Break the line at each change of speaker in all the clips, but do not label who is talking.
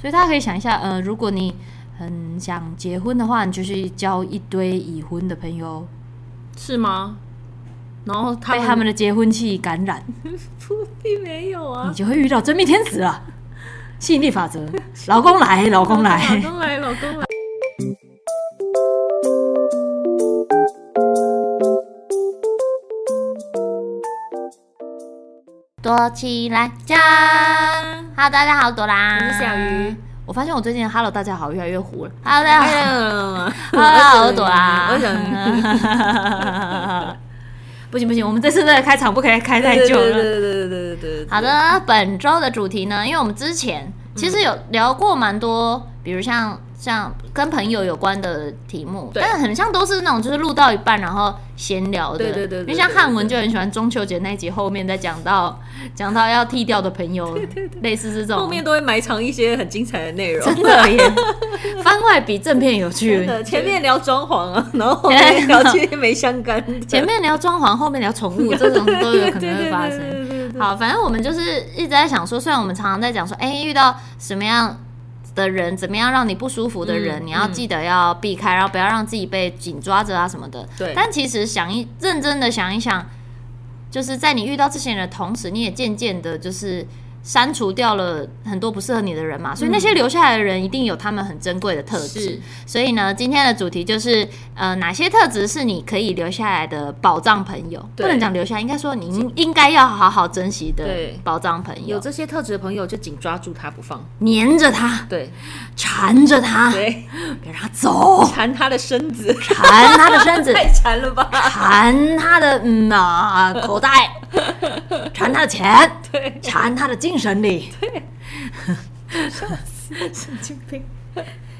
所以大家可以想一下，呃，如果你很想结婚的话，你就去交一堆已婚的朋友，
是吗？然后他
被
们
他 们的结婚气感染，
不并没有
你
啊，
就会遇到真命天子 了。吸引力法则，老公来，老公来。
老公来，老公来。
躲起来家。Hello，大家好，朵拉，
我是小鱼。
我发现我最近 Hello 大家好越来越糊了。Hello 大家好
哎
，Hello 朵拉，
我想，
不行不行，我们这次的开场不可以开 太久
对
了。
对对对对对对。
好的，本周的主题呢，因为我们之前
嗯
其实有聊过蛮多，比如像像跟朋友有关的题目，
对
但很像都是那种就是录到一半然后闲聊的。
对对对对
因为像
对对
汉文就很喜欢中秋节那一集后面再讲到讲到要剃掉的朋 友，类似是这种
后面都会埋藏一些很精彩的内容。
真的耶，番外比正片有趣
真。的， 前面聊装 潢啊，然后后面聊这些没相干的。
前面聊装潢，后面聊宠物，这种都有可能会发
对
生。
对对对对
好，反正我们就是一直在想说，虽然我们常常在讲说，哎、遇到什么样的人，怎么样让你不舒服的人，
嗯
你要记得要避开，然后不要让自己被紧抓着啊什么的。
对
但其实想一认真的想一想，就是在你遇到这些人的同时，你也渐渐的，就是。删除掉了很多不适合你的人嘛，所以那些留下来的人一定有他们很珍贵的特质
嗯是。
所以呢，今天的主题就是呃，哪些特质是你可以留下来的宝藏朋友？不
对
能讲留下，应该说你应应该要好好珍惜的
对
宝藏朋
有
友，
这些特质的朋友就紧抓住他不放。
黏着他，
对
缠着他，
对，
别让他走，
缠他的身 子，
缠他的身 子，
太缠了吧？
缠他的嗯啊口 袋，缠他的钱，
对，
缠他的精神力。
神经病。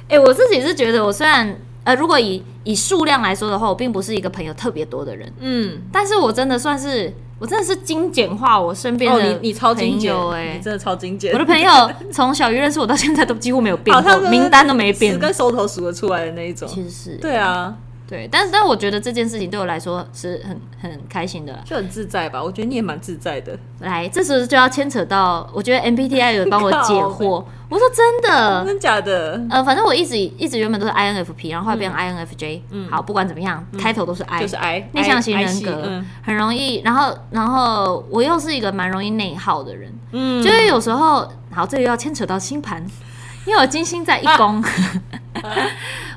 哎、我自己是觉得，我虽然呃，如果以以数量来说的话，我并不是一个朋友特别多的人。
嗯，
但是我真的算是，我真的是精简化我身边的
哦，
朋友、
你你超精简，
哎
你、真的超精简。
我的朋友 从小鱼认识我到现在都几乎没有变
好像
过，
就是
名单都没变
十。根手头数得出来的那一种。
其实是
对啊，
对，但但我觉得这件事情对我来说是很很开心的啦。
就很自在吧？我觉得你也蛮自在的，
来，这时候就要牵扯到，我觉得 MBTI 有帮我解惑。我说真的，
真假的？
呃，反正我一直一直原本都是 INFP，然后后来变成 INFJ。好，不管怎么样，开头都是 I，
嗯就是 I
内向型
I-
人
IC
格
嗯，
很容易。然后然后我又是一个蛮容易内耗的人。
嗯，
就是有时候，好，这里要牵扯到星盘，因为我金星在一宫，
啊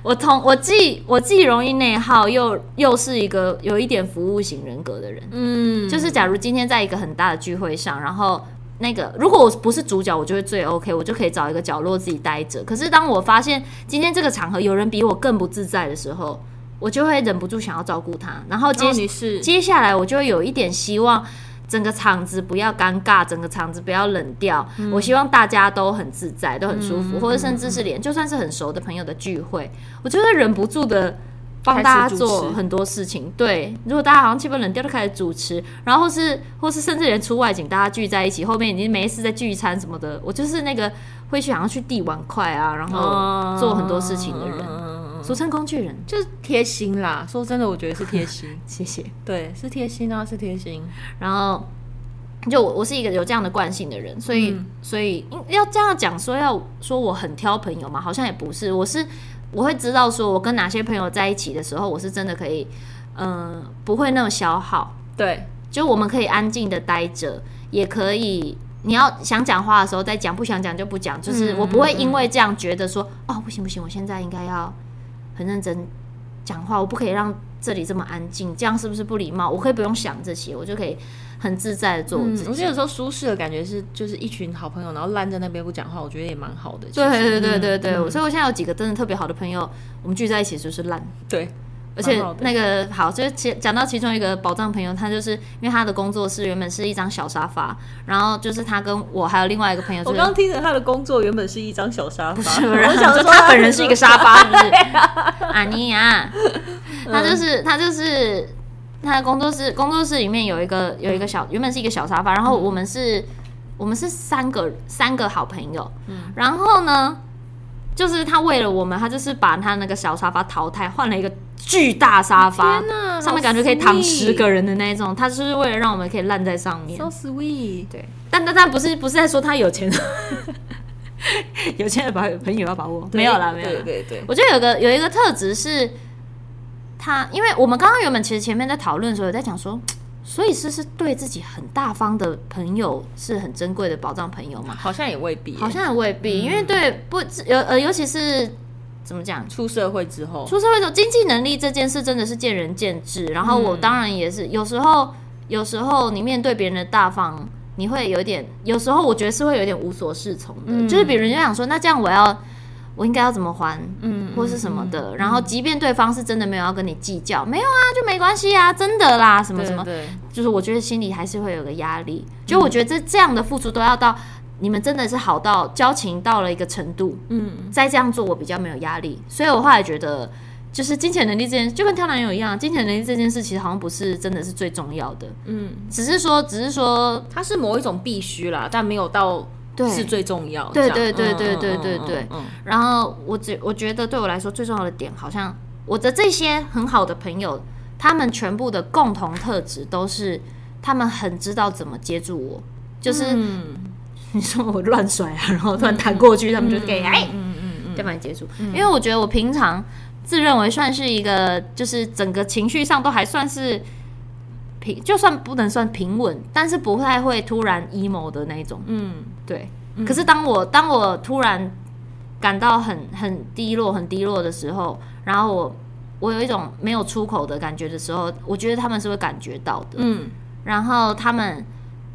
我同我既我既容易内耗，又又是一个有一点服务型人格的人。
嗯，
就是假如今天在一个很大的聚会上，然后那个如果我不是主角，我就会最 OK，我就可以找一个角落自己待着。可是当我发现今天这个场合有人比我更不自在的时候，我就会忍不住想要照顾他，然后接、
哦你是
接下来我就会有一点希望。整个场子不要尴尬，整个场子不要冷掉。我希望大家都很自在，都很舒服，或者甚至是连就算是很熟的朋友的聚会，我就会忍不住的帮大家
开始主
做
持
很多事情。对，如果大家好像气氛冷掉，就开始主持，然后或是或是甚至连出外景，大家聚在一起，后面已经没事在聚餐什么的，我就是那个会去想要去递碗筷啊，然后做很多事情的人，
嗯人，
俗称工具人。
哦就是贴心啦。说真的，我觉得是贴心
，谢谢。
对，是贴心啊，是贴心。
然后就我我是一个有这样的惯性的人，所以、
嗯
所以嗯要这样讲说要说我很挑朋友嘛，好像也不是，我是我会知道说我跟哪些朋友在一起的时候，我是真的可以，嗯、不会那么消耗，
对，
就我们可以安静的待着，也可以。你要想讲话的时候再讲，不想讲就不讲。就是
嗯
我不会因为这样觉得说，哦，不行不行，我现在应该要很认真讲话，我不可以让这里这么安静，这样是不是不礼貌？我可以不用想这些，我就可以很自在的做我
嗯
自，己。
我觉得有时候舒适的感觉是，就是一群好朋友，然后烂在那边不讲话，我觉得也蛮好的。
对
其实
对对
嗯
对对，
嗯
所以我现在有几个真的特别好的朋友，我们聚在一起就是烂。
对，
而且
蛮好的
那个好，就是其讲到其中一个宝藏朋友，他就是因为他的工作室原本是一张小沙发，然后就是他跟我还有另外一个朋友，就
我
是
刚刚听着他的工作原本是一张小沙发，
是不是？
我想
就
说
他本人是一个沙发，是不是？啊尼亚，
嗯
他就是他就是他的工作室工作室里面有一个有一个小原本是一个小沙发，然
嗯
后我们是、我们是三个三个好朋友，
嗯
然后呢，就是他为了我们，他就是把他那个小沙发淘汰，换了一个巨大沙发，
天哪
上面
好
感觉可以躺十
sweet
个人的那一种，他就是为了让我们可以烂在上面
so。sweet。
对，但但但不是不是在说他有钱，有钱人把朋友要把握，没有啦，没有
对
啦。
对对，
我觉得有个有一个特质是，他因为我们刚刚原本其实前面在讨论的时候，有在讲说，所以是是对自己很大方的朋友是很珍贵的保障朋友嘛？
好像也嗯未必耶，
好像也未必，因为对不尤呃，尤其是怎么讲，
出社会之后，
出社会之后，经济能力这件事真的是见仁见智。然后我当然也是，有时候有时候你面对别人的大方，你会有一点，有时候我觉得是会有点无所适从的。就是比如人家想说，那这样我要我应该要怎么还，嗯，或是什么的。然后即便对方是真的没有要跟你计较，没有啊，就没关系啊，真的啦，什么
对
什么，
对，
就是我觉得心里还是会有个压力。就我觉得这这样的付出都要到。你们真的是好到交情到了一个程度，
嗯，
再这样做我比较没有压力，所以我后来觉得，就是金钱能力这件，就跟挑男友一样，金钱能力这件事其实好像不是真的是最重要的，
嗯，
只是说，只是说，
它是某一种必须啦，但没有到
对
是最重要。
对
这
对
样
对对
嗯嗯
对
嗯
对
嗯
然后我觉我觉得对我来说最重要的点，好像我的这些很好的朋友，他们全部的共同特质都是，他们很知道怎么接住我，就是、
嗯
你说我乱甩啊，然后突然弹过去，他们就给哎，
嗯嗯嗯，
再把你结束。因为我觉得我平常自认为算是一个，就是整个情绪上都还算是平，就算不能算平稳，但是不太会突然 emo 的那一种。
嗯
对，可是当我当我突然感到很很低落、很低落的时候，然后我我有一种没有出口的感觉的时候，我觉得他们是会感觉到的。
嗯
然后他们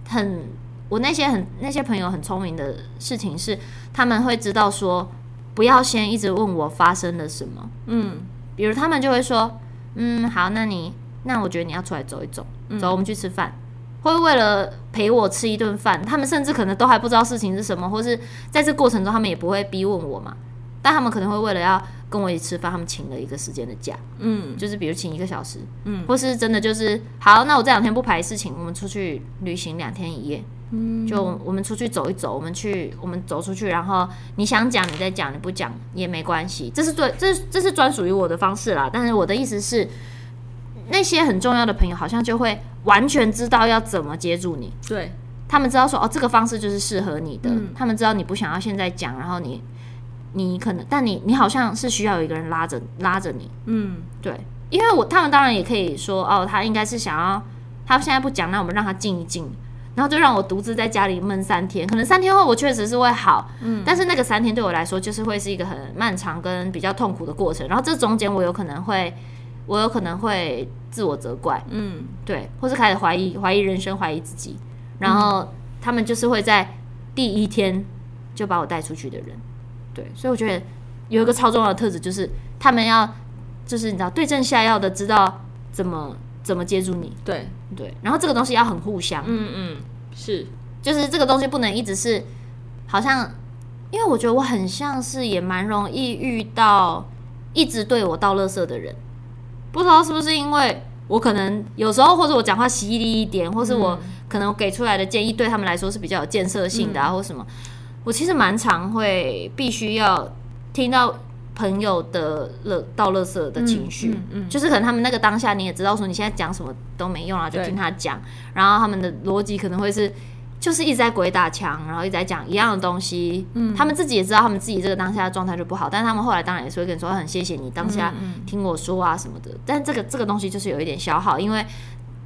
很，我那些很那些朋友很聪明的事情是，他们会知道说，不要先一直问我发生了什么，
嗯
比如他们就会说，嗯，好，那你那我觉得你要出来走一走，走，我们去吃饭。会为了陪我吃一顿饭，他们甚至可能都还不知道事情是什么，或是在这过程中他们也不会逼问我嘛，但他们可能会为了要跟我一起吃饭，他们请了一个时间的假，
嗯
就是比如请一个小时，
嗯
或是真的就是好，那我这两天不排事情，我们出去旅行两天一夜，
嗯，
就我们出去走一走，我们去我们走出去，然后你想讲你再讲，你不讲也没关系，这是最这是这是专属于我的方式啦。但是我的意思是，那些很重要的朋友好像就会完全知道要怎么接住你，
对，
他们知道说哦，这个方式就是适合你的，
嗯
他们知道你不想要现在讲，然后你你可能，但你你好像是需要有一个人拉着拉着你。
嗯
对，因为我他们当然也可以说，哦，他应该是想要，他现在不讲，那我们让他静一静，然后就让我独自在家里闷三天。可能三天后我确实是会好，嗯，但是那个三天对我来说就是会是一个很漫长跟比较痛苦的过程。然后这中间我有可能会，我有可能会自我责怪，
嗯
对，或是开始怀疑怀疑人生，怀疑自己。然后他们就是会在第一天就把我带出去的人，对，所以我觉得有一个超重要的特质就是他们要就是你知道对症下药的知道怎么怎么接住你，
对，
对，然后这个东西要很互相，
嗯嗯是，
就是这个东西不能一直是好像，因为我觉得我很像是也蛮容易遇到一直对我倒垃圾的人，不知道是不是因为我可能有时候或者我讲话犀利一点，或是我
嗯
可能给出来的建议对他们来说是比较有建设性的啊，或什么，我其实蛮常会必须要听到。朋友的乐倒垃圾的情绪，
嗯嗯嗯
就是可能他们那个当下你也知道，说你现在讲什么都没用啊，就
对
听他讲。然后他们的逻辑可能会是，就是一直在鬼打墙，然后一直在讲一样的东西。嗯，他们自己也知道他们自己这个当下的状态就不好，但是他们后来当然也是会跟你说很谢谢你当下听我说啊什么的。但这个这个东西就是有一点消耗，因为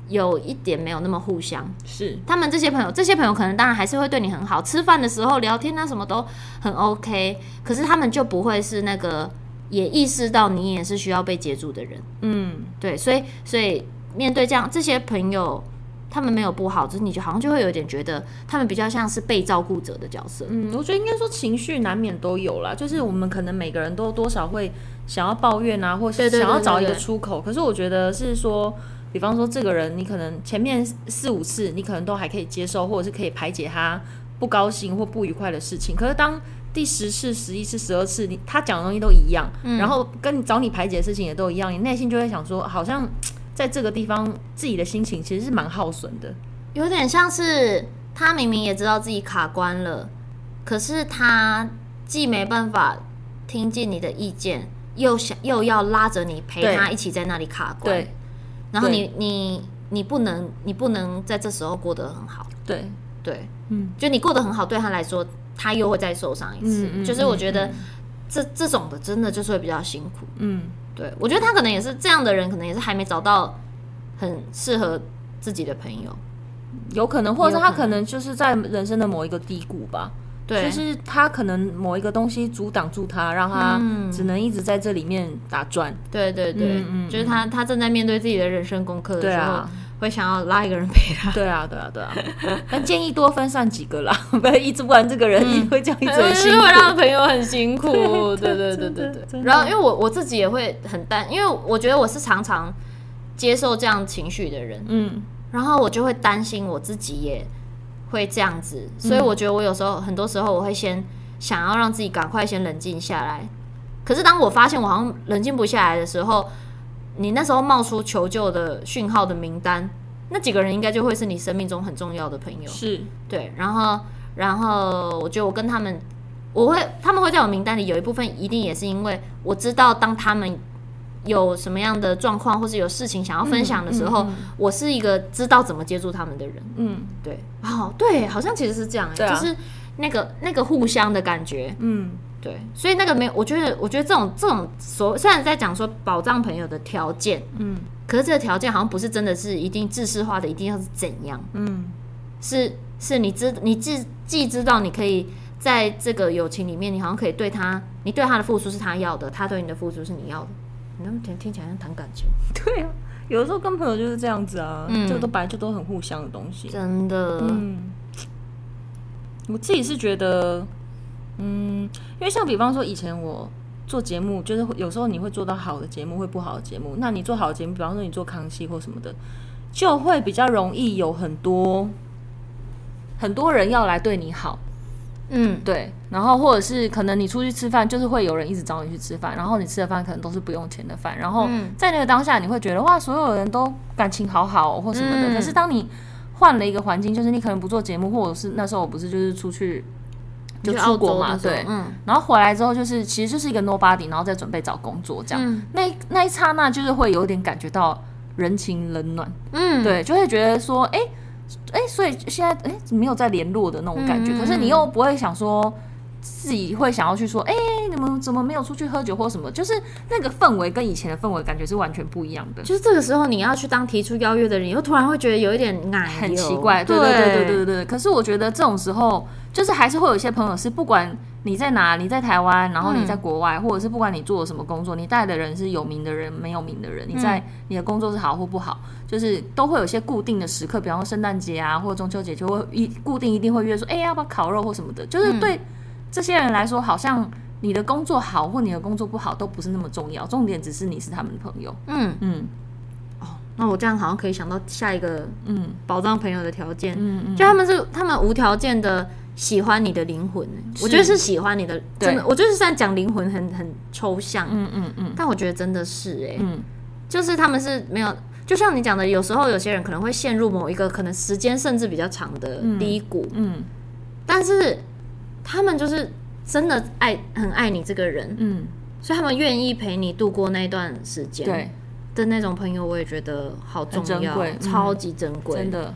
有一点没有那么互相。
是，
他们这些朋友，这些朋友可能当然还是会对你很好，吃饭的时候聊天啊什么都很 OK，可是他们就不会是那个也意识到你也是需要被接住的人。
嗯
对，所以所以面对这样这些朋友，他们没有不好，就是你就好像就会有点觉得他们比较像是被照顾者的角色。
嗯，我觉得应该说情绪难免都有啦，就是我们可能每个人都多少会想要抱怨啊，或
对对
想要
对
找一个
对
出口。可是我觉得是说，比方说这个人，你可能前面四五次你可能都还可以接受，或者是可以排解他不高兴或不愉快的事情。可是当第十次、十一次、十二次，你他讲的东西都一样，
嗯
然后跟你找你排解的事情也都一样，你内心就会想说，好像在这个地方自己的心情其实是蛮耗损的。
有点像是他明明也知道自己卡关了，可是他既没办法听进你的意见，又想又要拉着你陪
对
他一起在那里卡关，然后你你你不能你不能在这时候过得很好。
对，
对，
嗯，
就你过得很好，对他来说，他又会再受伤一次。
嗯嗯
就是我觉得这这种的真的就是会比较辛苦。
嗯，
对我觉得他可能也是这样的人，可能也是还没找到很适合自己的朋友。
有可能，或者是
有可
他
能
可能就是在人生的某一个低谷吧，
对，
就是他可能某一个东西阻挡住他，让他
嗯
只能一直在这里面打 转。
对对对，
嗯嗯
就是他他正在面对自己的人生功课的
对
时候，
啊
会想要拉一个人陪他。
对啊，对啊，对啊。但建议多分散几个啦，不然一直不然这个人一会这样一直很
就
辛
是
苦
会。让朋友很辛苦，对 对对
对真
对
的
对。
真的
然后因为我我自己也会很担，因为我觉得我是常常接受这样情绪的人，
嗯，
然后我就会担心我自己也会这样子，所以
嗯
我觉得我有时候很多时候我会先想要让自己赶快先冷静下来，可是当我发现我好像冷静不下来的时候，你那时候冒出求救的讯号的名单，那几个人应该就会是你生命中很重要的朋友。
是，
对，然后然后我觉得我跟他们，我会他们会在我名单里有一部分，一定也是因为我知道，当他们有什么样的状况或是有事情想要分享的时候，
嗯嗯嗯
我是一个知道怎么接住他们的人。
嗯
对，哦，对，好像其实是这样、欸
对啊
就是那个那个互相的感觉。
嗯，
对，所以那个没有，我觉得我觉得这种这种所虽然在讲说保障朋友的条件，
嗯
可是这个条件好像不是真的是一定制式化的，一定要是怎样。
嗯，
是是你知你既既知道你可以在这个友情里面，你好像可以对他，你对他的付出是他要的，他对你的付出是你要的。你那么听听起来像谈感情，
对啊，有的时候跟朋友就是这样子啊，
嗯
就都本来就都很互相的东西。
真的，
嗯，我自己是觉得，嗯，因为像比方说以前我做节目，就是会有时候你会做到好的节目，会不好的节目。那你做好的节目，比方说你做康熙或什么的，就会比较容易有很多很多人要来对你好。
嗯，
对，然后或者是可能你出去吃饭，就是会有人一直找你去吃饭，然后你吃的饭可能都是不用钱的饭，然后
嗯
在那个当下你会觉得哇，所有人都感情好好、哦、或什么的。
嗯
可是当你换了一个环境，就是你可能不做节目，或者是那时候我不是就是出去就
去
出
澳
国
洲
嘛，
的时候
对，
嗯
然后回来之后就是其实就是一个 nobody，然后再准备找工作这样。
嗯
那那一刹那就是会有点感觉到人情冷暖，
嗯，
对，就会觉得说，哎、哎、所以现在哎、没有再联络的那种感觉，
嗯嗯
可是你又不会想说自己会想要去说，哎、你们怎么没有出去喝酒或什么，就是那个氛围跟以前的氛围感觉是完全不一样的，
就是这个时候你要去当提出邀约的人，又突然会觉得有一点矮，
很奇怪，对对
对
对对对对对。可是我觉得这种时候，就是还是会有一些朋友是不管。你在哪？你在台湾，然后你在国外，或者是不管你做了什么工作，你带的人是有名的人，没有名的人，你在你的工作是好或不好，就是都会有一些固定的时刻，比方说圣诞节啊，或者中秋节，就会一固定一定会约说，哎、要不要烤肉或什么的。就是对这些人来说，好像你的工作好或你的工作不好都不是那么重要，重点只是你是他们的朋友。
嗯，
嗯
那我这样好像可以想到下一个
嗯
保障朋友的条件，
嗯嗯，
就他们是他们无条件的喜欢你的灵魂欸、我觉得是喜欢你的，
对
真的，我就是在讲灵魂很很抽象，
嗯嗯嗯
但我觉得真的是哎、
嗯
就是他们是没有，就像你讲的，有时候有些人可能会陷入某一个可能时间甚至比较长的低谷，
嗯
但是他们就是真的爱很爱你这个人，
嗯，
所以他们愿意陪你度过那段时间。
对，
的那种朋友，我也觉得好重
很珍
要，
贵嗯
超级珍贵，
真。的，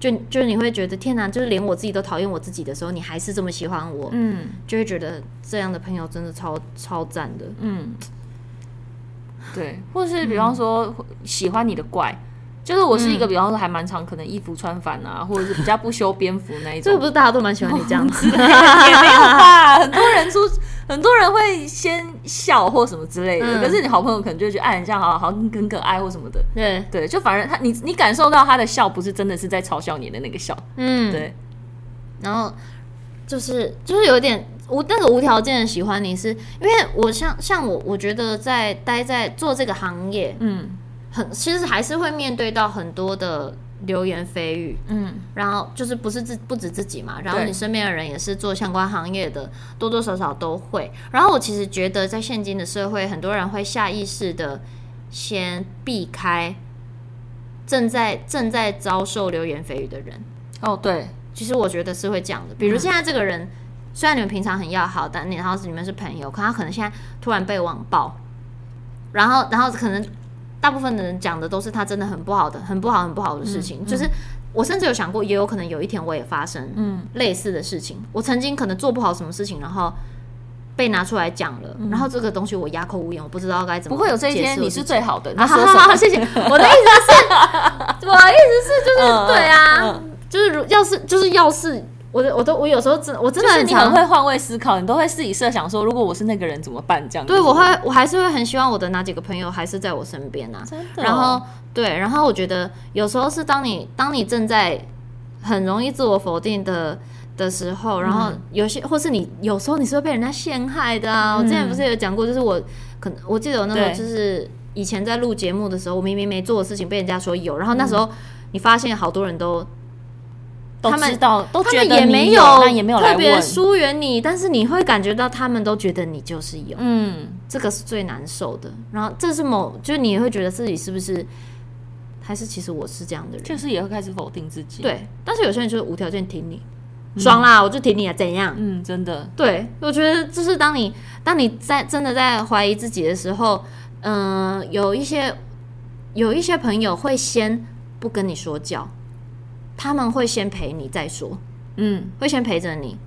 就就是你会觉得天哪，就是连我自己都讨厌我自己的时候，你还是这么喜欢我，
嗯
就会觉得这样的朋友真的超超赞的。
嗯，对，或
嗯
是比方说喜欢你的怪。就是我是一个，比方说还蛮常可能衣服穿反啊，或者是比较不修边幅那一种
这个，不是大家都蛮喜欢你这 样子，
也 没有吧，很多人出， 很多人会先笑或什么之类
嗯
的，可是你好朋友可能就会觉得，哎，你这样好好很可爱或什么的，
对，
对，就反而他你你感受到他的笑不是真的是在嘲笑你的那个笑，
嗯，
对，
然后就是就是有点无那个无条件的喜欢你是，因为我像像我，我觉得在待在做这个行业，
嗯
很其实还是会面对到很多的流言蜚语，
嗯
然后就是不是自不止自己嘛，然后
对
你身边的人也是做相关行业的，多多少少都会。然后我其实觉得在现今的社会，很多人会下意识的先避开正在正在遭受流言蜚语的人。
哦对，
其实我觉得是会这样的。比
嗯
如现在这个人，虽然你们平常很要好，但你然后你们是朋友，可他可能现在突然被网暴，然后然后可能大部分的人讲的都是他真的很不好的、很不好、很不好的事情，就是我甚至有想过，也有可能有一天我也发生
嗯
类似的事情。我曾经可能做不好什么事情，然后被拿出来讲了，然后这个东西我哑口无言，我不知道该怎么。
嗯不会有这一天， 你是最好的。你
啊，
在
好
说
好
什
好，
么？
谢谢。 我的意思是，我的意思是就是、
嗯
对啊，
嗯
就是如要是就是要是我的我都我有时候真我真
就
的
是
很
你
常
很会换位思考，你都会自己设想说，如果我是那个人怎么办这样子。
对，我会，我还是会很希望我的哪几个朋友还是在我身边啊。
真的哦
然后对，然后我觉得有时候是当你当你正在很容易自我否定的的时候，然后有些、或是你有时候你是会被人家陷害的啊。我之前不是有讲过，就是我可能我记得我那时候
对
就是以前在录节目的时候，我明明没做的事情被人家说有，然后那时候你发现好多人都
都
他们
知道，都
他
觉
们
得
也
你
没
有，但也没有来
特别
问。
疏远你，但是你会感觉到他们都觉得你就是有。
嗯，
这个是最难受的。然后这是某，就是你也会觉得自己是不是，还是其实我是这样的人？
就是也会开始否定自己。，
对，但是有些人就是无条件挺你，爽啦，我就挺你啊，怎样？
嗯，真的，
对，我觉得就是当你当你在真的在怀疑自己的时候，嗯、有一些有一些朋友会先不跟你说教，他们会先陪你再说，
嗯，
会先陪着你，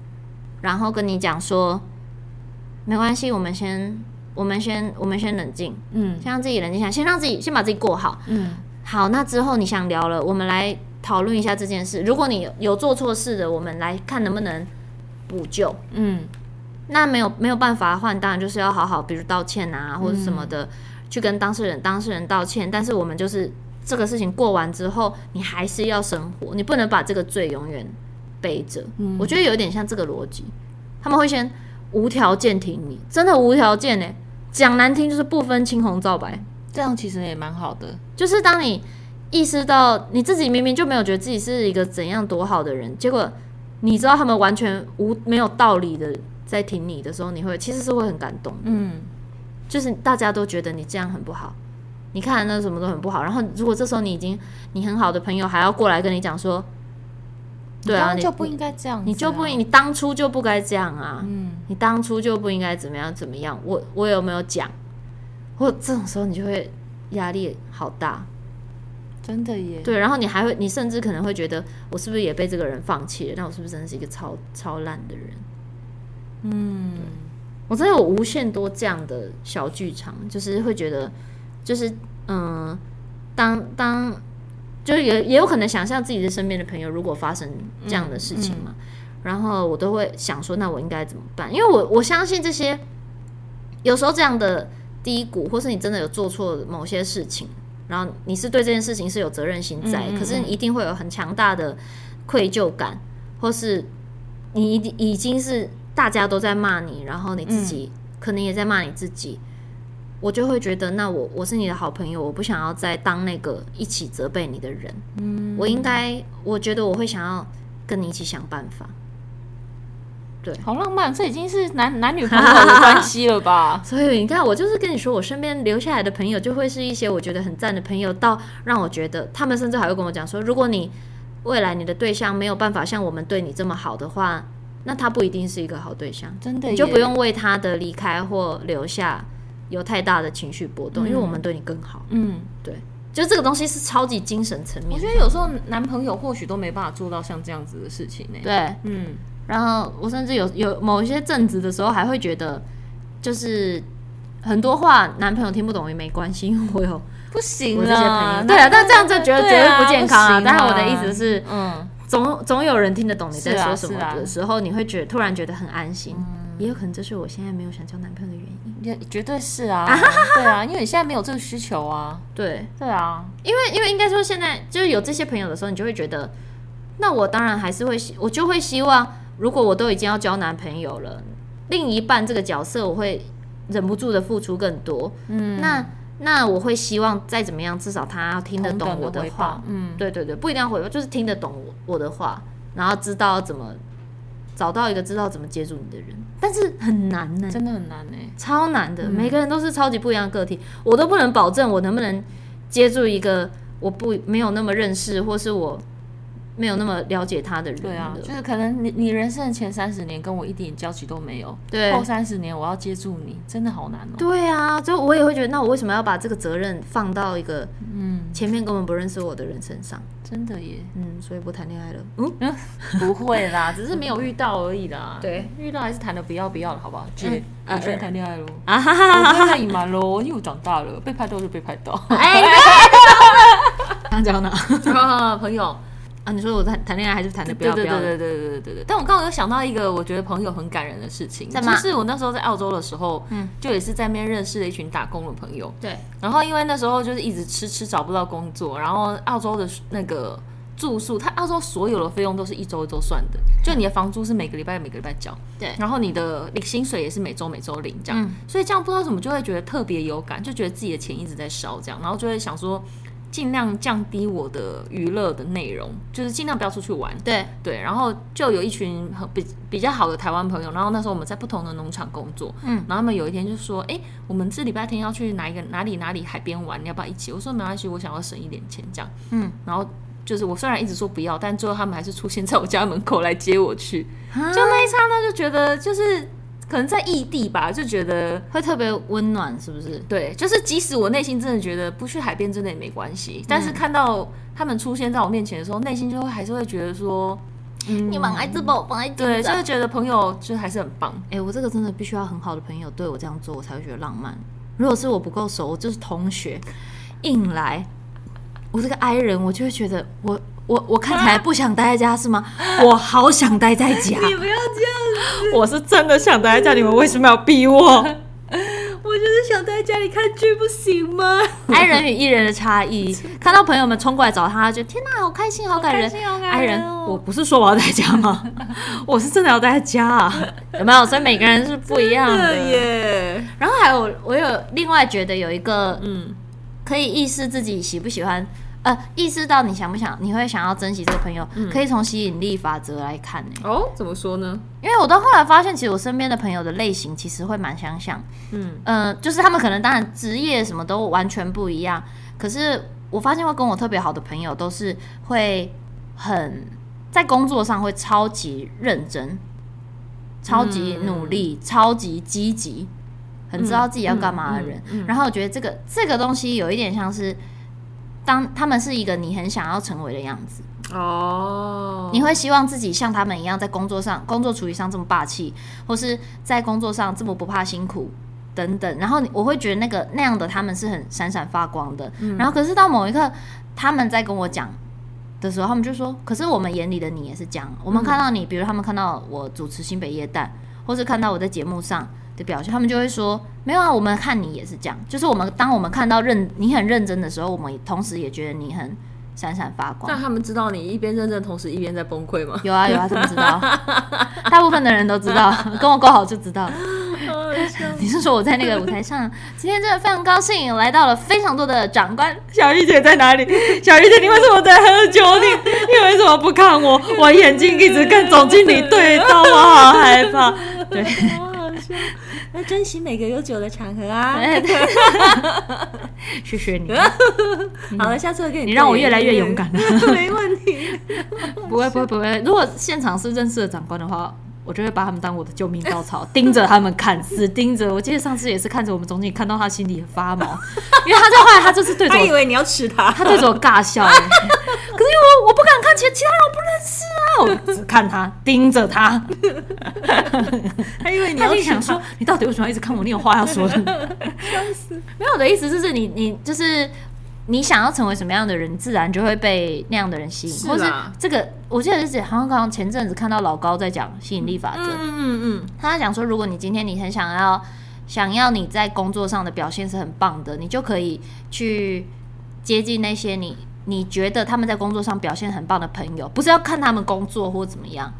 然后跟你讲说，没关系，我们先我们先我们先冷静，
嗯，
先让自己冷静下，先让自己先把自己过好。
嗯，
好，那之后你想聊了，我们来讨论一下这件事。如果你有有做错事的，我们来看能不能补救。
嗯，
那没有没有办法的话，你当然就是要好好，比如道歉啊，或者什么的，去跟当事人当事人道歉。但是我们就是这个事情过完之后，你还是要生活，你不能把这个罪永远背着。我觉得有点像这个逻辑，他们会先无条件挺你，真的无条件呢、欸讲难听就是不分青红皂白。
这样其实也蛮好的。
就是当你意识到你自己明明就没有觉得自己是一个怎样多好的人，结果你知道他们完全无没有道理的在挺你的时候，你会其实是会很感动的，
嗯，
就是大家都觉得你这样很不好。你看那什么都很不好，然后如果这时候你已经你很好的朋友还要过来跟你讲说，对
刚
啊，
刚
你
就不应该这样子啊，
你就不应你当初就不该这样啊，
嗯，
你当初就不应该怎么样怎么样，我我有没有讲？或这种时候你就会压力好大，
真的耶。
对，然后你还会，你甚至可能会觉得，我是不是也被这个人放弃了？那我是不是真的是一个超超烂的人？
嗯，
我真的有无限多这样的小剧场，就是会觉得，就是嗯、呃当当，就是也也有可能想象自己的身边的朋友如果发生这样
嗯
的事情嘛，然后我都会想说，那我应该怎么办？因为我我相信这些，有时候这样的低谷，或是你真的有做错某些事情，然后你是对这件事情是有责任心在，
嗯嗯
可是你一定会有很强大的愧疚感，或是你已已经是大家都在骂你，然后你自己可能也在骂你自己，我就会觉得，那我我是你的好朋友，我不想要再当那个一起责备你的人，嗯，我应该，我觉得我会想要跟你一起想办法，对。？
好浪漫，这已经是男男女朋友的关系了 吧
所以你看，我就是跟你说，我身边留下来的朋友就会是一些我觉得很赞的朋友，到让我觉得他们甚至还会跟我讲说，如果你未来你的对象没有办法像我们对你这么好的话，那他不一定是一个好对象，
真的
你就
耶
不用为他的离开或留下有太大的情绪波动，因为我们对你更好。
嗯，
对，就这个东西是超级精神层
我
面
觉。得有时候男朋友或许都没办法做到像这样子的事情呢。，
对，
嗯，
然后我甚至有有某一些阵子的时候，还会觉得就是很多话男朋友听不懂也没关系，因为我 有。
不行
我这些朋
啊
友，，对啊，但这样就觉得绝
对啊
对不健康啊。
不行啊
但是我的意思是，
嗯，
总总有人听得懂你在
是啊
说什么
是啊嗯
的时候，你会觉突然觉得很安心。也有可能这是我现在没有想交男朋友的原因。
也绝对是 啊，对啊，因为你现在没有这个需求啊，
对，
对啊，
因为因为应该说现在就是有这些朋友的时候，你就会觉得，那我当然还是会希，我就会希望，如果我都已经要交男朋友了，另一半这个角色，我会忍不住的付出更多。嗯，那那我会希望再怎么样，至少他要听得
同
懂
等
我的
回
话
报。嗯，
对对对，不一定要回报，就是听得懂我我的话，然后知道怎么找到一个知道怎么接住你的人，但是很难欸呢、
真的很难哎。
超难的。每个人都是超级不一样的个体，我都不能保证我能不能接住一个我不没有那么认识，或是我没有那么了解他的人的。
对啊，就是可能你你人生的前三十年跟我一点交集都没有，
对
后三十年我要接住你，真的好难哦。
对啊，就我也会觉得，那我为什么要把这个责任放到一个
嗯，
前面根本不认识我的人身上，
真的耶，
嗯，所以不谈恋爱了，嗯，
不会啦，只是没有遇到而已啦。
对，
遇到还是谈的不要不要的，好不好？姐，
嗯
我现在谈恋 爱喽，
啊哈
我
哈 哈
不
哈，
会再隐瞒喽，因为我长大了，被拍到就被拍到。
哎，刚 讲呢？
啊，朋友，
啊，你说我谈谈恋爱还是谈的不要不
对
要的？
对对对对对对对。但我刚刚有想到一个我觉得朋友很感人的事情，
在
就
吗
是我那时候在澳洲的时候，
嗯
就也是在那边认识了一群打工的朋友。
对，
然后因为那时候就是一直吃吃找不到工作，然后澳洲的那个住宿，它澳洲所有的费用都是一周一周算的，就你的房租是每个礼拜每个礼拜缴，
嗯对
然后你的领薪水也是每周每周领这样，
嗯
所以这样不知道怎么就会觉得特别有感，就觉得自己的钱一直在烧这样，然后就会想说尽量降低我的娱乐的内容，就是尽量不要出去玩，
对，
对，然后就有一群很比比较好的台湾朋友，然后那时候我们在不同的农场工作，
嗯，
然后他们有一天就说，哎、我们这礼拜天要去哪一个哪里哪里海边玩，你要不要一起？我说没关系，我想要省一点钱这样，
嗯，
然后就是我虽然一直说不要，但最后他们还是出现在我家门口来接我去，就
嗯就
那一刹那就觉得就是可能在异地吧，就觉得
会特别温暖，是不是？
对，就是即使我内心真的觉得不去海边真的也没关系，但是看到他们出现在我面前的时候，内心就会还是会觉得说。嗯
你蛮爱这宝，蛮爱这
对，
个
就会觉得朋友就还是很棒。
哎、我这个真的必须要很好的朋友对我这样做，我才会觉得浪漫。如果是我不够熟，我就是同学硬来，我这个 I 人，我就会觉得我我我看起来不想待在家是吗？我好想待在家。
不要这样，
我是真的想待在家，你们为什么要逼我
我就是想待在家里看剧，不行吗？
？I 人与 E 人的差 异，看到朋友们冲过来找他，就天哪、好开心，好感人。
好开心好感人
I 人，
哦
我不是说我要待在家吗？ 我是真的要待在家啊，有没有？所以每个人是不一样的
耶，
然后还有，我有另外觉得有一个
嗯，
可以意识自己喜不喜欢，呃，意识到你想不想，你会想要珍惜这个朋友，可以从吸引力法则来看呢、
哦，怎么说呢？
因为我到后来发现，其实我身边的朋友的类型其实会蛮相像，
嗯，
呃，就是他们可能当然职业什么都完全不一样，可是我发现会跟我特别好的朋友都是会很在工作上会超级认真、超级努
嗯
力、超级积极，很知道自己要干嘛的人。
嗯嗯嗯
然后我觉得这个这个东西有一点像是。当他们是一个你很想要成为的样子，
哦，
你会希望自己像他们一样，在工作上、工作处理上这么霸气，或是在工作上这么不怕辛苦等等。然后你我会觉得那个那样的他们是很闪闪发光的。然后可是到某一刻，他们在跟我讲的时候，他们就说：“可是我们眼里的你也是这样。我们看到你，比如他们看到我主持新北夜蛋，或是看到我在节目上。”的表现，他们就会说没有啊，我们看你也是这样，就是我们当我们看到认你很认真的时候，我们同时也觉得你很闪闪发光。
那他们知道你一边认真，同时一边在崩溃吗？
有啊有啊，他们知道， 大部分的人都 知道，跟我够好就知道。你是说我在那个舞台上，今天真的非常高兴，来到了非常多的长官。
小玉姐在哪里？小玉姐，你为什么在喝酒？你你为什么不看我？我眼睛一直跟总经理对到，我好害怕。对，
要珍惜每个有酒的场合啊！
对对 谢谢你，
好了，下次我嗯跟你
你让我越来越勇敢了。
没问题。
不会不会不会。如果现场是认识的长官的话。我就会把他们当我的救命稻草， 盯着他们看，死盯着。我记得上次也是看着我们总经理，看到他心里很发毛， 因为他在后来他就是对着
他
我
以为你要吃他，
他对着我尬 笑、欸，可是因为我我不敢看，其其他人我不认识啊，我只看他，盯着他，
他以为你
他
要
就
吃
想
他
说。你到底为什么要一直看我？你有话要 说的？没有我的意思就是你你就是你想要成为什么样的人，自然就会被那样的人吸引，
是
或是
啦
这个我记得是好像刚刚前阵子看到老高在讲吸引力法则，
嗯嗯嗯，
他在讲说，如果你今天你很想要想要你在工作上的表现是很棒的，你就可以去接近那些你你觉得他们在工作上表现很棒的朋友，不是要看他们工作或怎么样。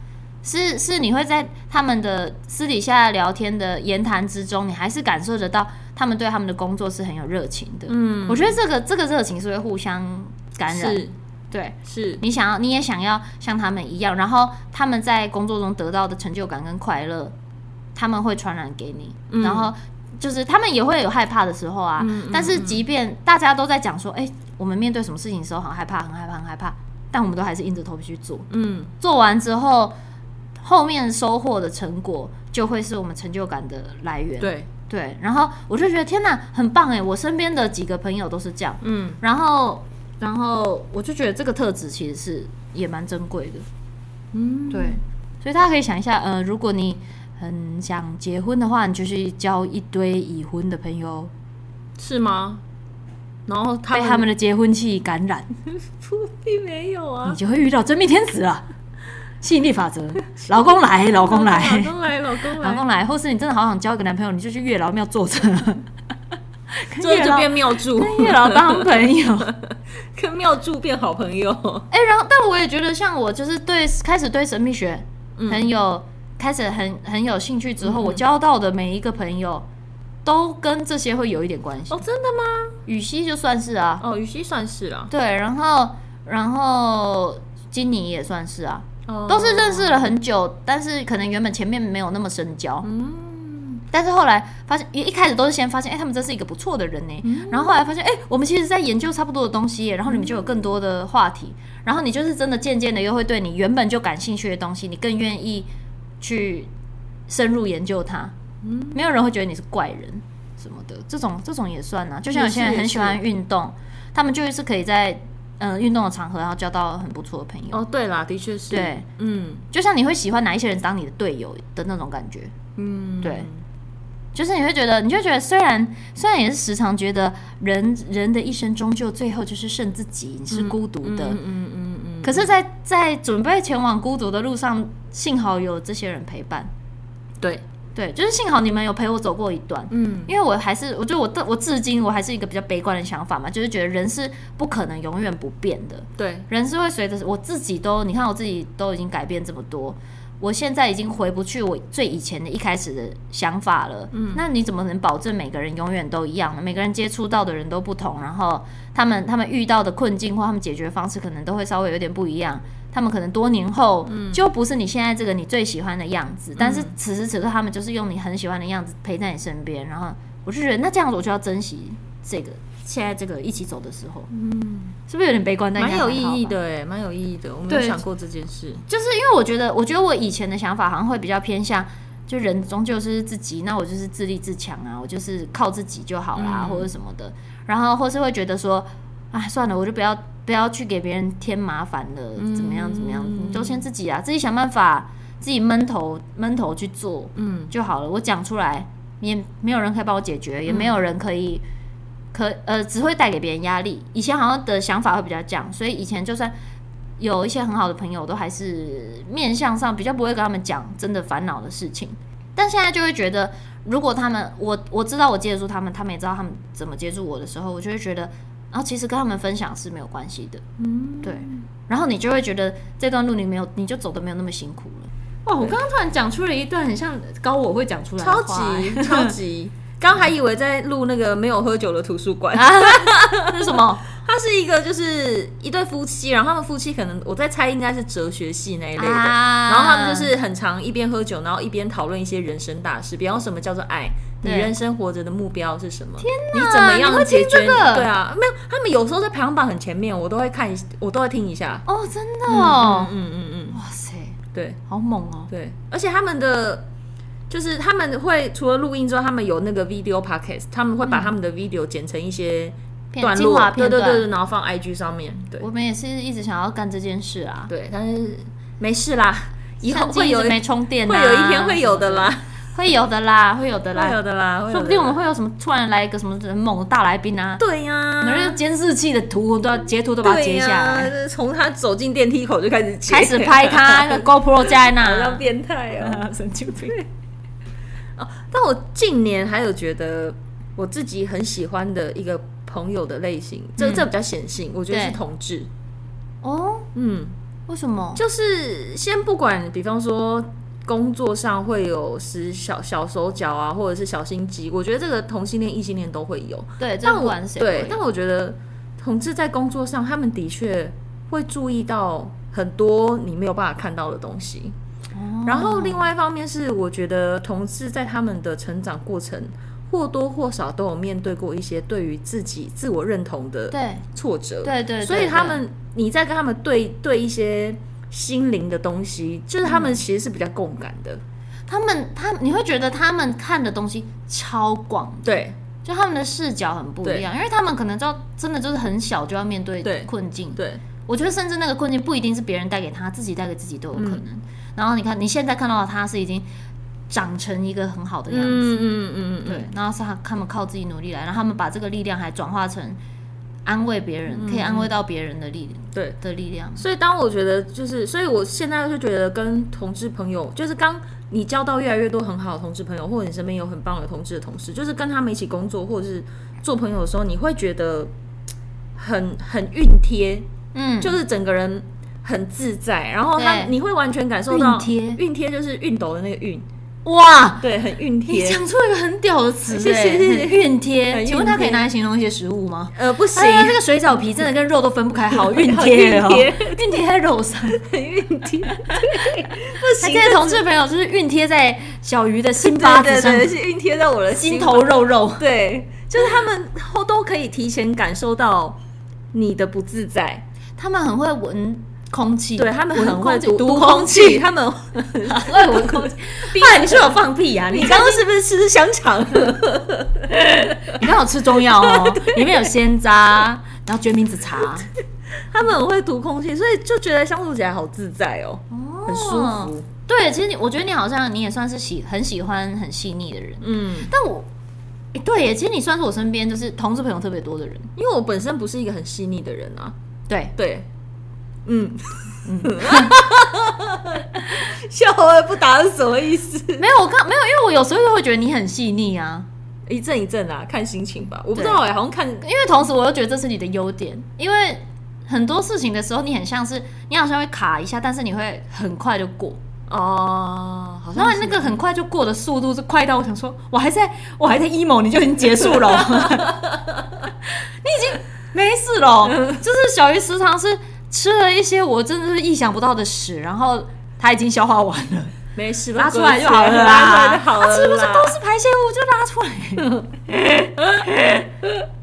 是是，你会在他们的私底下聊天的言谈之中，你还是感受得到他们对他们的工作是很有热情的。嗯，我觉得这个这个热情是会互相感染。
是
对，
是，
你想要，你也想要像他们一样，然后他们在工作中得到的成就感跟快乐，他们会传染给你，
嗯
然后就是他们也会有害怕的时候啊。但
嗯
是即便大家都在讲说，哎、我们面对什么事情的时候很害怕，很害怕，很害怕，但我们都还是硬着头皮去做。
嗯。
做完之后，后面收获的成果就会是我们成就感的来源。
对，
对，然后我就觉得天哪，很棒哎！我身边的几个朋友都是这样，
嗯，
然后，然后我就觉得这个特质其实是也蛮珍贵的，
嗯，
对，所以大家可以想一下，呃，如果你很想结婚的话，你就去交一堆已婚的朋友，
是吗？然后他
被他 们的结婚气感染，
并没有啊
你，就会遇到真命天子 了。吸引力法则，老公来，老公来，
老公来，老公
老
来，
公来，或是你真的好想交一个男朋友，你就去月老庙坐 着，跟
最
月
后就
老
变妙祝，
跟月老当朋友。
跟妙祝变好朋友。
哎、然后但我也觉得，像我就是对开始对神秘学
嗯
很有、开始很很有兴趣之后，我交到的每一个朋友都跟这些会有一点关系。
哦，真的吗？
羽西就算是啊，
哦，雨熙算是啦，
对，然后然后金妮也算是啊，
哦
都是认识了很久，但是可能原本前面没有那么深交，
嗯，
但是后来发现，一一开始都是先发现，哎、他们真是一个不错的人呢、然后后来发现，哎、我们其实在研究差不多的东西耶、然后你们就有更多的话题，然后你就是真的渐渐的又会对你原本就感兴趣的东西，你更愿意去深入研究它。
嗯
没有人会觉得你是怪人什么的，这种这种也算啊。就像有些人
也是
很喜欢运动，他们就是可以在嗯运动的场合，然后交到很不错的朋友。
哦，对啦，的确是，
对，
嗯
就像你会喜欢哪一些人当你的队友的那种感觉。
嗯，
对就是你会觉得，你就觉得虽然虽然也是时常觉得人人的一生终究最后就是剩自己，你是孤独的。
嗯嗯嗯嗯，
可是在，在准备前往孤独的路上，幸好有这些人陪伴。
对，
对，就是幸好你们有陪我走过一段，
嗯
因为我还是，我觉得我我至今我还是一个比较悲观的想法嘛，就是觉得人是不可能永远不变的，
对，
人是会随着我自己都，你看我自己都已经改变这么多，我现在已经回不去我最以前的一开始的想法了。嗯，那你怎么能保证每个人永远都一样呢？每个人接触到的人都不同，然后他们他们遇到的困境或他们解决方式可能都会稍微有点不一样。他们可能多年后
嗯
就不是你现在这个你最喜欢的样子，但是此时此刻他们就是用你很喜欢的样子陪在你身边，然后我就觉得那这样子我就要珍惜这个现在这个一起走的时候，嗯，是不是有点悲观？但应
蛮
该
有
还
意
好
义
吧
的哎，蛮有意义的，我没有
对
想过这件事。
就是因为我觉得，我觉得我以前的想法好像会比较偏向，就人终究是自己，那我就是自立自强啊，我就是靠自己就好啦，
嗯
或者什么的。然后或是会觉得说，啊，算了，我就不要不要去给别人添麻烦了，怎么样怎么样，你就先自己啊，自己想办法，自己闷头闷头去做
嗯
就好了。我讲出来，也没有人可以帮我解决，也没有人可以。可呃，只会带给别人压力。以前好像的想法会比较这样，所以以前就算有一些很好的朋友，都还是面向上比较不会跟他们讲真的烦恼的事情。但现在就会觉得，如果他们我我知道我接触他们，他们也知道他们怎么接触我的时候，我就会觉得，然后其实跟他们分享是没有关系的，
嗯，
对。然后你就会觉得这段路你没有，你就走的没有那么辛苦了。哇，我刚刚突然讲出了一段很像高我会讲出来
超级 超 级。刚还以为在录那个没有喝酒的图书馆，
啊 那什么？
它是一个就是一对夫妻，然后他们夫妻可能我在猜应该是哲学系那一类的，
啊
然后他们就是很常一边喝酒，然后一边讨论一些人生大事，比方什么叫做爱，你
对
人生活着的目标是什么？天你怎么样解决？
你会听这个
对啊，没有，他们有时候在排行榜很前面，我都会看一，我都会听一下。
哦，真的哦，
嗯嗯嗯，
哇塞，
对
好猛哦！
对，而且他们的。就是他们会除了录音之后，他们有那个 video podcast，他们会把他们的 video 剪成一些
片
段
精
落，
华
对
片
对
段，
对，对然后放 IG 上面，对
我们也是一直想要干这件事啊。
对，但是没事啦，以后
相机
会
一直
有一
没充电、啊，
会有一天会有的啦，
会有的啦，会有的
会
啦，
有的啦，会有的啦
说不定我们会有什么突然来一个什么很猛的大来宾嗯啊，
对呀，
我们这监视器的图都要截图都把它
对
截
呀，
下来，
从他走进电梯口就开始截
开始拍，他那个 GoPro 架在
好像
那，
变态哦。
神经病。
但我近年还有觉得我自己很喜欢的一个朋友的类型，这
嗯
这比较显性，我觉得是
对
同志，
哦，
嗯。
为什么？
就是先不管，比方说工作上会有使小小手脚啊，或者是小心机，我觉得这个同性恋、异性恋都会有。
对，这
但
不
我
管谁
对，
会
但我觉得同志在工作上，他们的确会注意到很多你没有办法看到的东西。
哦
然后另外一方面是，我觉得同志在他们的成长过程。或多或少都有面对过一些对于自己自我认同的
对
挫折，
对对，
所以
对
他们你在跟他们
嗯
对对一些心灵的东西，就是他们其实是比较共感的。
对他们他你会觉得他们看的东西超广，
对
就他们的视角很不一样，因为他们可能知道真的就是很小就要面对
对
困境。
对
我觉得甚至那个困境不一定是别人带给他，自己带给自己都有可能。
嗯
然后你看你现在看到的他是已经长成一个很好的样子，
嗯嗯嗯嗯嗯，
对，然后是他他们靠自己努力来，然后他们把这个力量还转化成安慰别人，可以安慰到别人的力
对。
的力量。
所以当我觉得就是，所以我现在就觉得跟同志朋友，就是刚你交到越来越多很好的同志朋友，或者你身边有很棒的同志的同事，就是跟他们一起工作或者是做朋友的时候，你会觉得嘖很很熨贴，
嗯，
就是整个人很自在，然后他
对
你会完全感受到
熨贴
熨贴就是熨斗的那个熨，
哇，
对，很熨
你
贴。
讲出一个很屌的词、欸，
谢谢谢谢
很熨
很熨
贴。
贴
哎请问它可以拿来形容一些食物吗？
呃，不行，
哎呀，这个水饺皮真的跟肉都分不开， 好熨贴哦，
好熨
熨贴在肉 上。
很熨贴，
那这些同志朋友就是熨贴在小鱼的 心巴
对
子
对
上，
对，是熨贴在我的
心
心
头肉肉。
对，就是他们后都可以提前感受到你的不自在，
他们很会闻空气，
对他们很会
闻空气
读
读
空
气，
他 们
很会闻空气。爸，你是有放屁啊？
你
你
刚刚是不是吃香 肠？
你刚好吃中药 哦，里面有鲜渣，然后决明子茶，
他们很会读空气，所以就觉得相处起来好自在哦，很舒服。
哦对，其实你我觉得你好像你也算是喜很喜欢很细腻的人，
嗯，
但我。诶对耶，其实你算是我身边就是同志朋友特别多的人。
因为我本身不是一个很细腻的人啊，
对，
对，嗯。 笑而不答是什么意思？
没有我刚没有，因为我有时候又会觉得你很细腻啊，
一阵一阵啊，看心情吧。我不
对
知道哎、好像看
因为同时我又觉得这是你的优点，因为很多事情的时候你很像是你好像会卡一下，但是你会很快就过，
哦，好
然
像
后
是
那个很快就过的速度是快到我想说，我还在我还在 emo，你就已经结束了， 你已经没事了。就是小鱼时常是吃了一些我真的是意想不到的屎，然后它已经消化完了，
没事吧，
拉出来就
哥
好了啦，
拉出来就好了啦。
它吃不是都是排泄物就拉出来。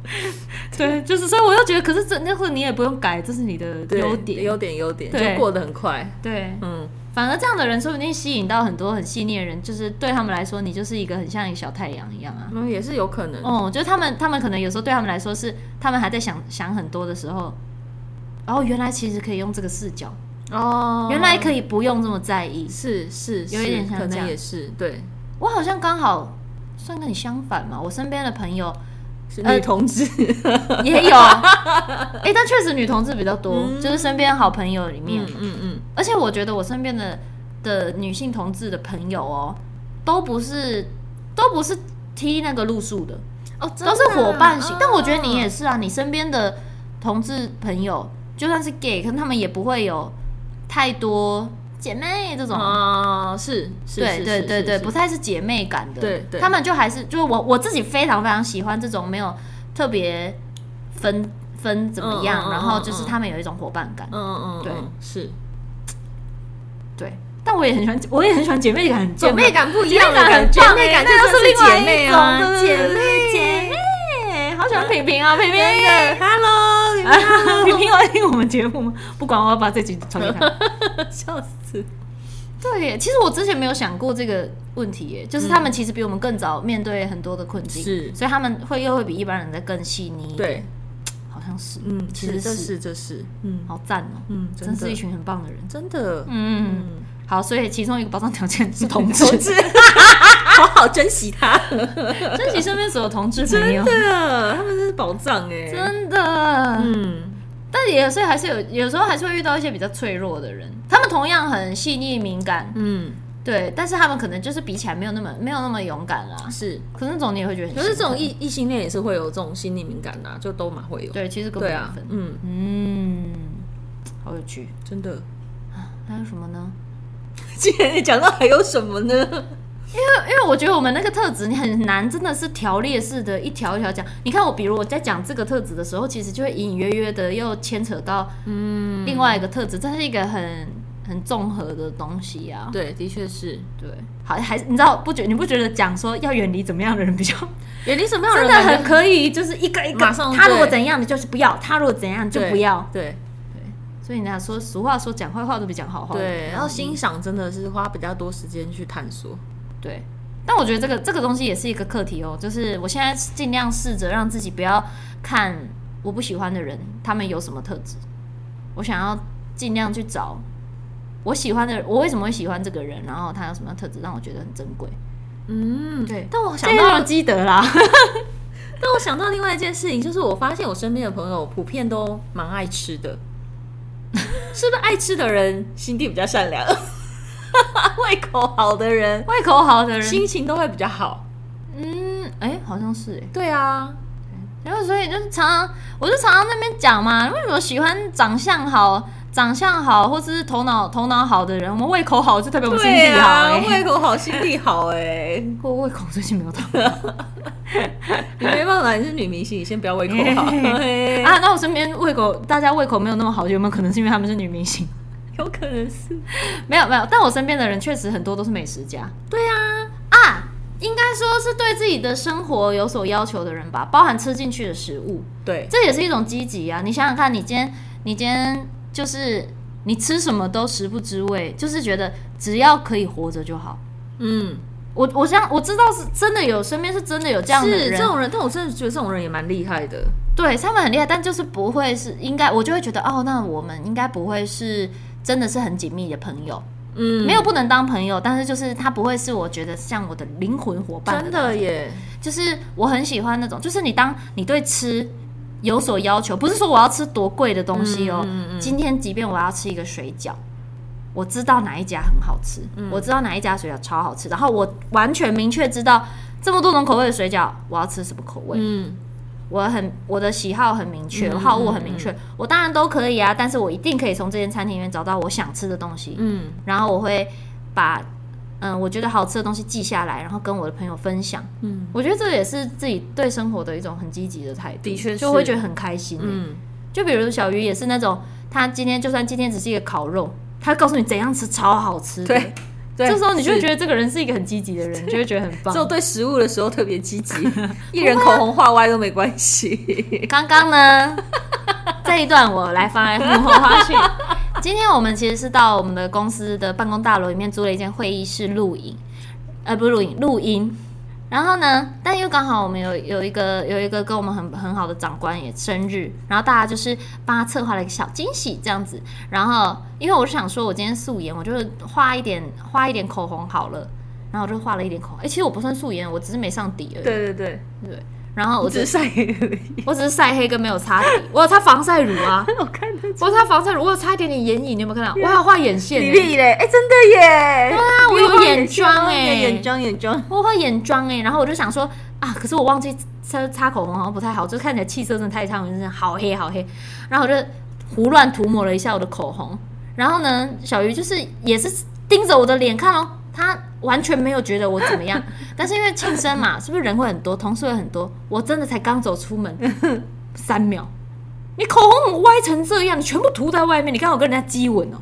对，就是所以我又觉得，可是这那会你也不用改，这是你的
对
优点。
优点，优点，
对
就过得很快。
对，
嗯，
反而这样的人说不定吸引到很多很细腻的人，就是对他们来说，你就是一个很像一个小太阳一样啊。
嗯，也是有可能。
哦，就是他们，他们可能有时候对他们来说是，他们还在想想很多的时候，然、后原来其实可以用这个视角，
哦
原来可以不用这么在意。
是是，
有一
是
点像
可
这
能
样
也是对，
我好像刚好算跟你相反嘛，我身边的朋友
是
呃
女同 志。
也有，哎、 但确实女同志比较多，
嗯
就是身边好朋友里面，
嗯嗯嗯，
而且我觉得我身边的的女性同志的朋友哦，都不是都不是踢那个路数的，
哦，
都是伙伴
嗯
型。但我觉得你也
是
是啊，你身边的同志朋友，就算是 gay，可能他们也不会有太多姐妹这种。
啊，是是，
对
是
对对对，不，
是是
太是姐妹感的。
对对
他们就还是就是我我自己非常非常喜欢这种没有特别分分怎么样，
嗯嗯嗯
然后就是
嗯嗯
他们有一种伙伴感。
嗯嗯嗯，
对
嗯是
对，但我也很喜欢，我也很喜欢姐妹感很重啊
姐
的
妹感不一样的感
姐
觉，姐
妹
妹
感很棒哎
感就
那
是
另外
姐
一
妹
种
啊，
的姐妹姐妹，好喜欢平平啊，平平
真的，Hello，你们
啊平平有在听我们节目吗？不管，我要把这集传给他。
笑死，
对耶，其实我之前没有想过这个问题耶，就是他们其实比我们更早面对很多的困境，
是
所以他们会又会比一般人在更细腻。，
对，
好像是，
嗯，
其实
其实这
是
是这是，嗯
好赞哦，
嗯，
真是一
的
群很棒的人。
真的，
嗯，
嗯。
好，所以其中一个保障条件是同志，
同志，好好珍惜他。
珍惜身边所有同志朋友，
真的，他们是宝藏哎、
真的，
嗯，
但也所以还是有，有时候还是会遇到一些比较脆弱的人，他们同样很细腻敏感，
嗯，
对，但是他们可能就是比起来没有那么没有那么勇敢啦。
是。
可是那种你也会觉得很
可
心疼，
是这种异异性恋也是会有这种心理敏感的、啊，就都蛮会有。
对，其实根本
对
没有
啊
分，，
嗯，
嗯，好有趣。啊
真的。
还有什么呢？
既然你讲到还有什么呢？
因为我觉得我们那个特质你很难，真的是条列式的一条一条讲。你看我，比如我在讲这个特质的时候，其实就会隐隐约约的又牵扯到嗯另外一个特质，这是一个很很综合的东西啊。
对，的确是。
对，好，还是你知道不觉你不觉得讲说要远离怎么样的人比较
远离什么 样
真
人
的
感觉
很可以，就是一个一个，
马上
他如果
对
怎样你就是不要，他如果怎样就
对
不要。
对
所以人家说俗话说讲坏话都比讲好话。
对，然后
嗯
欣赏真的是花比较多时间去探索。
对，但我觉得这个这个东西也是一个课题哦，就是我现在尽量试着让自己不要看我不喜欢的人，他们有什么特质，我想要尽量去找我喜欢的人，我为什么会喜欢这个人，然后他有什么特质让我觉得很珍贵。
嗯，
对，
但我想
这
到
要积德啦，
但我想到另外一件事情，就是我发现我身边的朋友普遍都蛮爱吃的， 是不是爱吃的人心地比较善良， 胃口好的人
胃口好的人，
心情都会比较好。
嗯，哎、好像是哎、
对啊，
然后所以就是常常，我就常常那边讲嘛，为什么喜欢长相好、长相好或者是头脑头脑好的人，我们胃口好就代表哦我们心
对
地好、
啊，
欸。
胃口好，心地好、哎，
我胃口最近没有到
你没办法，你是女明星，你先不要胃口好，嘿
啊，那我身边胃口大家胃口没有那么好，有没有可能是因为他们是女明星？
有可能是。
没有没有，但我身边的人确实很多都是美食家。对啊啊，应该说是对自己的生活有所要求的人吧，包含吃进去的食物。
对，
这也是一种积极啊！你想想看，你今天你今天就是你吃什么都食不知味，就是觉得只要可以活着就好。
嗯，
我我想我知道是真的有，身边是真的有这样的
是
人，
这种人，但我真的觉得这种人也蛮厉害的。
对他们很厉害，但就是不会是应该，我就会觉得哦，那我们应该不会是真的是很紧密的朋友，
嗯，
没有不能当朋友，但是就是他不会是我觉得像我的灵魂伙伴的
真
那
的
种
耶，
就是我很喜欢那种，就是你当你对吃有所要求，不是说我要吃多贵的东西哦。
嗯嗯嗯
今天即便我要吃一个水饺，我知道哪一家很好吃，
嗯
我知道哪一家水饺超好吃，然后我完全明确知道这么多种口味的水饺，我要吃什么口味。
嗯，
我很我的喜好很明确，
嗯
好恶很明确，我当然都可以啊，但是我一定可以从这间餐厅里面找到我想吃的东西。
嗯，
然后我会把嗯我觉得好吃的东西记下来，然后跟我的朋友分享。
嗯，
我觉得这也是自己对生活的一种很积极的态度，
的确是
就会觉得很开心。欸
嗯，
就比如小鱼也是那种，他今天就算今天只是一个烤肉，他会告诉你怎样吃超好吃的。
对，对
这时候你就会觉
得。
得这个人是一个很积极的人，就会觉得 很
只有
棒。
对食物的时候特别积 极，一人口红画歪都没关系。
刚刚呢， 这一段我来放在幕后花絮。今天我们其实是到我们的公司的办公大楼里面租了一间会议室录影，呃，不是录影，录音。然后呢，但因为刚好我们有有一个有一个跟我们很很好的长官也生日，然后大家就是帮他策划了一个小惊喜这样子。然后因为我是想说，我今天素颜，我就是画一点画一点口红好了，然后我就画了一点口红。哎、其实我不算素颜，我只是没上底而已。
对对对，
对。然后我
我
就
只是晒而已。
我只是晒黑跟没有擦底，我有擦防晒乳啊，
我看得
我有擦防晒乳，我有擦一点点眼影，你有没有看到？我还有画眼线、欸，
嘞，哎、真的耶！
啊，我有眼妆哎、
眼妆眼妆。
我画眼妆哎、然后我就想说啊，可是我忘记擦擦口红好像不太好，就看起来气色真的太差，我真的好黑好黑。然后我就胡乱涂抹了一下我的口红，然后呢，小鱼就是也是盯着我的脸看哦，他完全没有觉得我怎么样， 但是因为庆生嘛，是不是人会很多，同事会很多，我真的才刚走出门三秒。你口红怎么歪成这样？你全部涂在外面，你刚好跟人家激吻哦！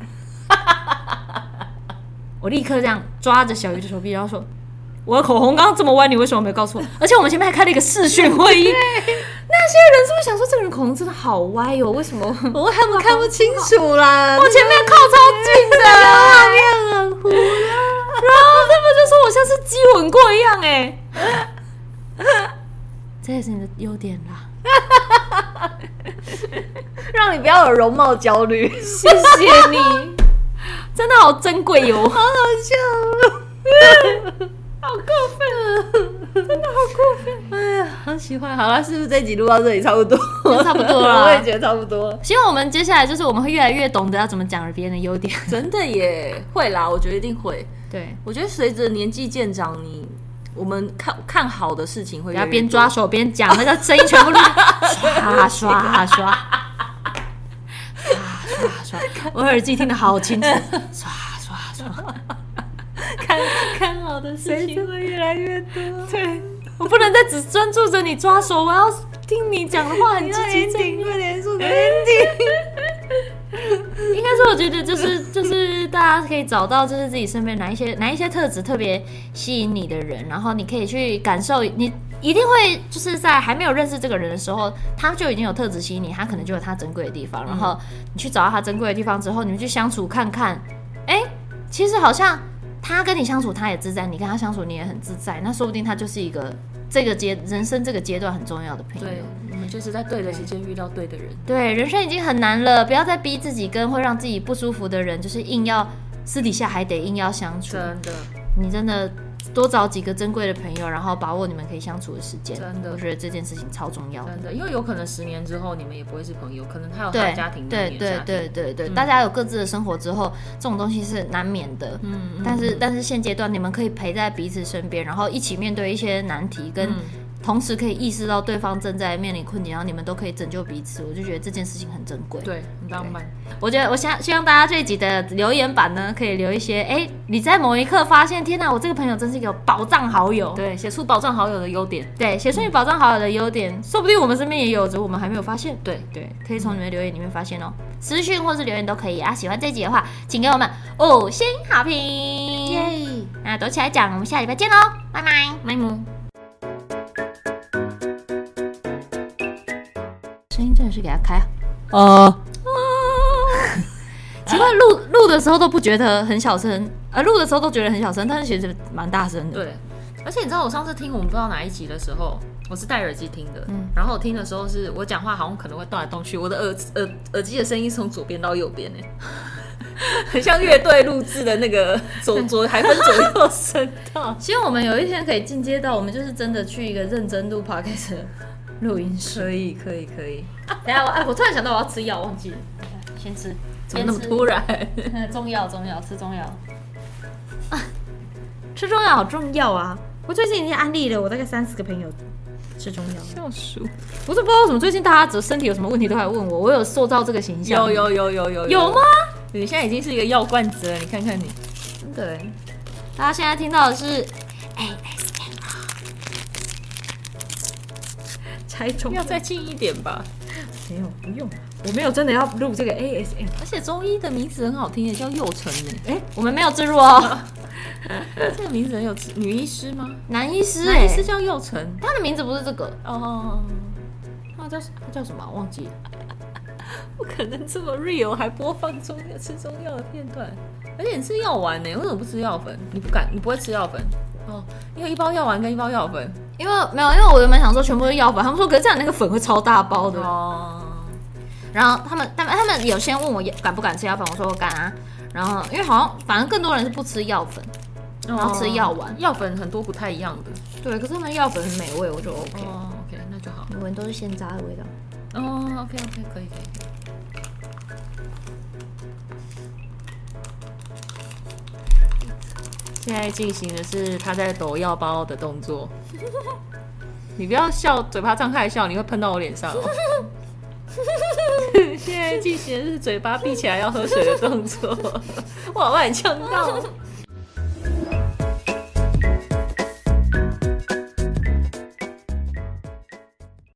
我立刻这样抓着小鱼的手臂，然后说：“我的口红刚刚这么歪，你为什么没告诉我？而且我们前面还开了一个视讯会 议，那些人是不是想说这个人口红真的好歪哦？为什么？我前
我他们 看不清楚啦，我
面靠超近的，画面很糊。然后他们就说我像是激吻过一样、哎， 这也是你的优点啦。
让你不要有容貌焦虑，
谢谢你， 真的好珍贵哦哟、
好好笑哦，好过分，真的好过分。哎呀，好喜欢。好了，是不是这集录到这里差不多？
差不多了
我也觉得差不多。
希望我们接下来就是我们会越来越懂得要怎么讲别人的优点。
真的耶，会啦，我觉得一定会。
对，
我觉得随着年纪渐长，你我们看看好的事情
不
会越
要
来越
边
多
抓手边讲，那个声音全部都是刷刷刷刷刷刷，我耳机听得好清楚，刷刷刷，
看看好的事情会越来越多。 对，
我不能再只专注着你抓手，我要听你讲的话很积极正面。
快点做个 ending。
应该说，我觉得就是 就是大家可以找到就是自己身边哪一些哪一些特质特别吸引你的人，然后你可以去感受，你一定会就是在还没有认识这个人的时候，他就已经有特质吸引你，他可能就有他珍贵的地方，然后你去找到他珍贵的地方之后，你们去相处看看，哎、其实好像他跟你相处他也自在，你跟他相处你也很自在，那说不定他就是一个这个阶人生这个阶段很重要的朋友。
对，我们就是在对的时间遇到对的人。
对，人生已经很难了，不要再逼自己跟会让自己不舒服的人，就是硬要私底下还得硬要相处。
真的，
你真的多找几个珍贵的朋友，然后把握你们可以相处的时间。
真的
我觉得这件事情超重要的。
真的，因为有可能十年之后你们也不会是朋友，可能他有他的
对
家庭，
对
你有你的
对
家庭嗯
对对对，大家有各自的生活之后，这种东西是难免的。嗯，但是但是现阶段你们可以陪在彼此身边，然后一起面对一些难题，跟
嗯
同时可以意识到对方正在面临困境，然后你们都可以拯救彼此。我就觉得这件事情很珍贵。
对，很浪漫。
我觉得我希希望大家这一集的留言板呢，可以留一些，哎，你在某一刻发现，天哪，我这个朋友真是一个宝藏好友。
对，写出保障好友的优点。
对，写出你宝藏好友的优点，说不定我们身边也有，只是我们还没有发现。
对
对，可以从你们的留言里面发现哦，私讯或是留言都可以啊。喜欢这集的话，请给我们五星好评。耶！
耶，
那躲起来讲，我们下礼拜见喽，拜拜。
麦萌。
声音真的是给他开。啊呃，奇怪，录录的时候都不觉得很小声，呃，录的时候都觉得很小声，但是其实蛮大声的。
对，而且你知道我上次听我们不知道哪一集的时候，我是戴耳机听的，
嗯，
然后我听的时候是我讲话好像可能会动来动去，我的耳耳耳机的声音是从左边到右边呢、很 像乐队录制的那个左左还分左右声道
希望我们有一天可以进阶到我们就是真的去一个认真录 podcast 的录音室。
可以可以可以，
等一下我哎，我突然想到我要吃药，忘记了，先吃。
怎么那么突然？
然？ 中药中药吃中药。吃中药好重要啊！我最近已经安利了我大概三四个朋友吃中药。
笑鼠，
我是不知道为什么最近大家只身体有什么问题都来问我，我有塑造这个形象吗
有有有有有
有吗？？
你现在已经是一个药罐子了，你看看你，真的欸
大家现在听到的是
拆中要再近一点吧。
没有不用，我没有真的要录这个 ASM，
而且中医的名字很好听耶，叫幼辰呢。哎、
我们没有植入哦。
这个名字很有女医师吗？
男医师
男
哎、
医师叫幼辰。
他的名字不是这个，
哦，
他叫他叫什么啊、我忘记了。
不可能这么 real，还播放中药吃中药的片段。而且你吃药丸呢、为什么不吃药粉？你不敢，你不会吃药粉哦，因为一包药丸跟一包药粉
因为没有，因为我原本想说全部是药粉，他们说可是这样那个粉会超大包的。
哦，
然后他们他们他们有先问我敢不敢吃药粉，我说我敢啊。然后因为好像反正更多人是不吃药粉，
然
后吃药丸
哦药粉很多不太一样的。
对，可是他们药粉很美味，我就 OK。
哦，OK，那就好。
你闻都是现榨的味道。
哦，OK OK，可以可以。现在进行的是他在抖药包的动作， 你不要笑，嘴巴张开笑，你会喷到我脸上、哦。 现在进行的是嘴巴闭起来要喝水的动作，哇，我很呛到。哦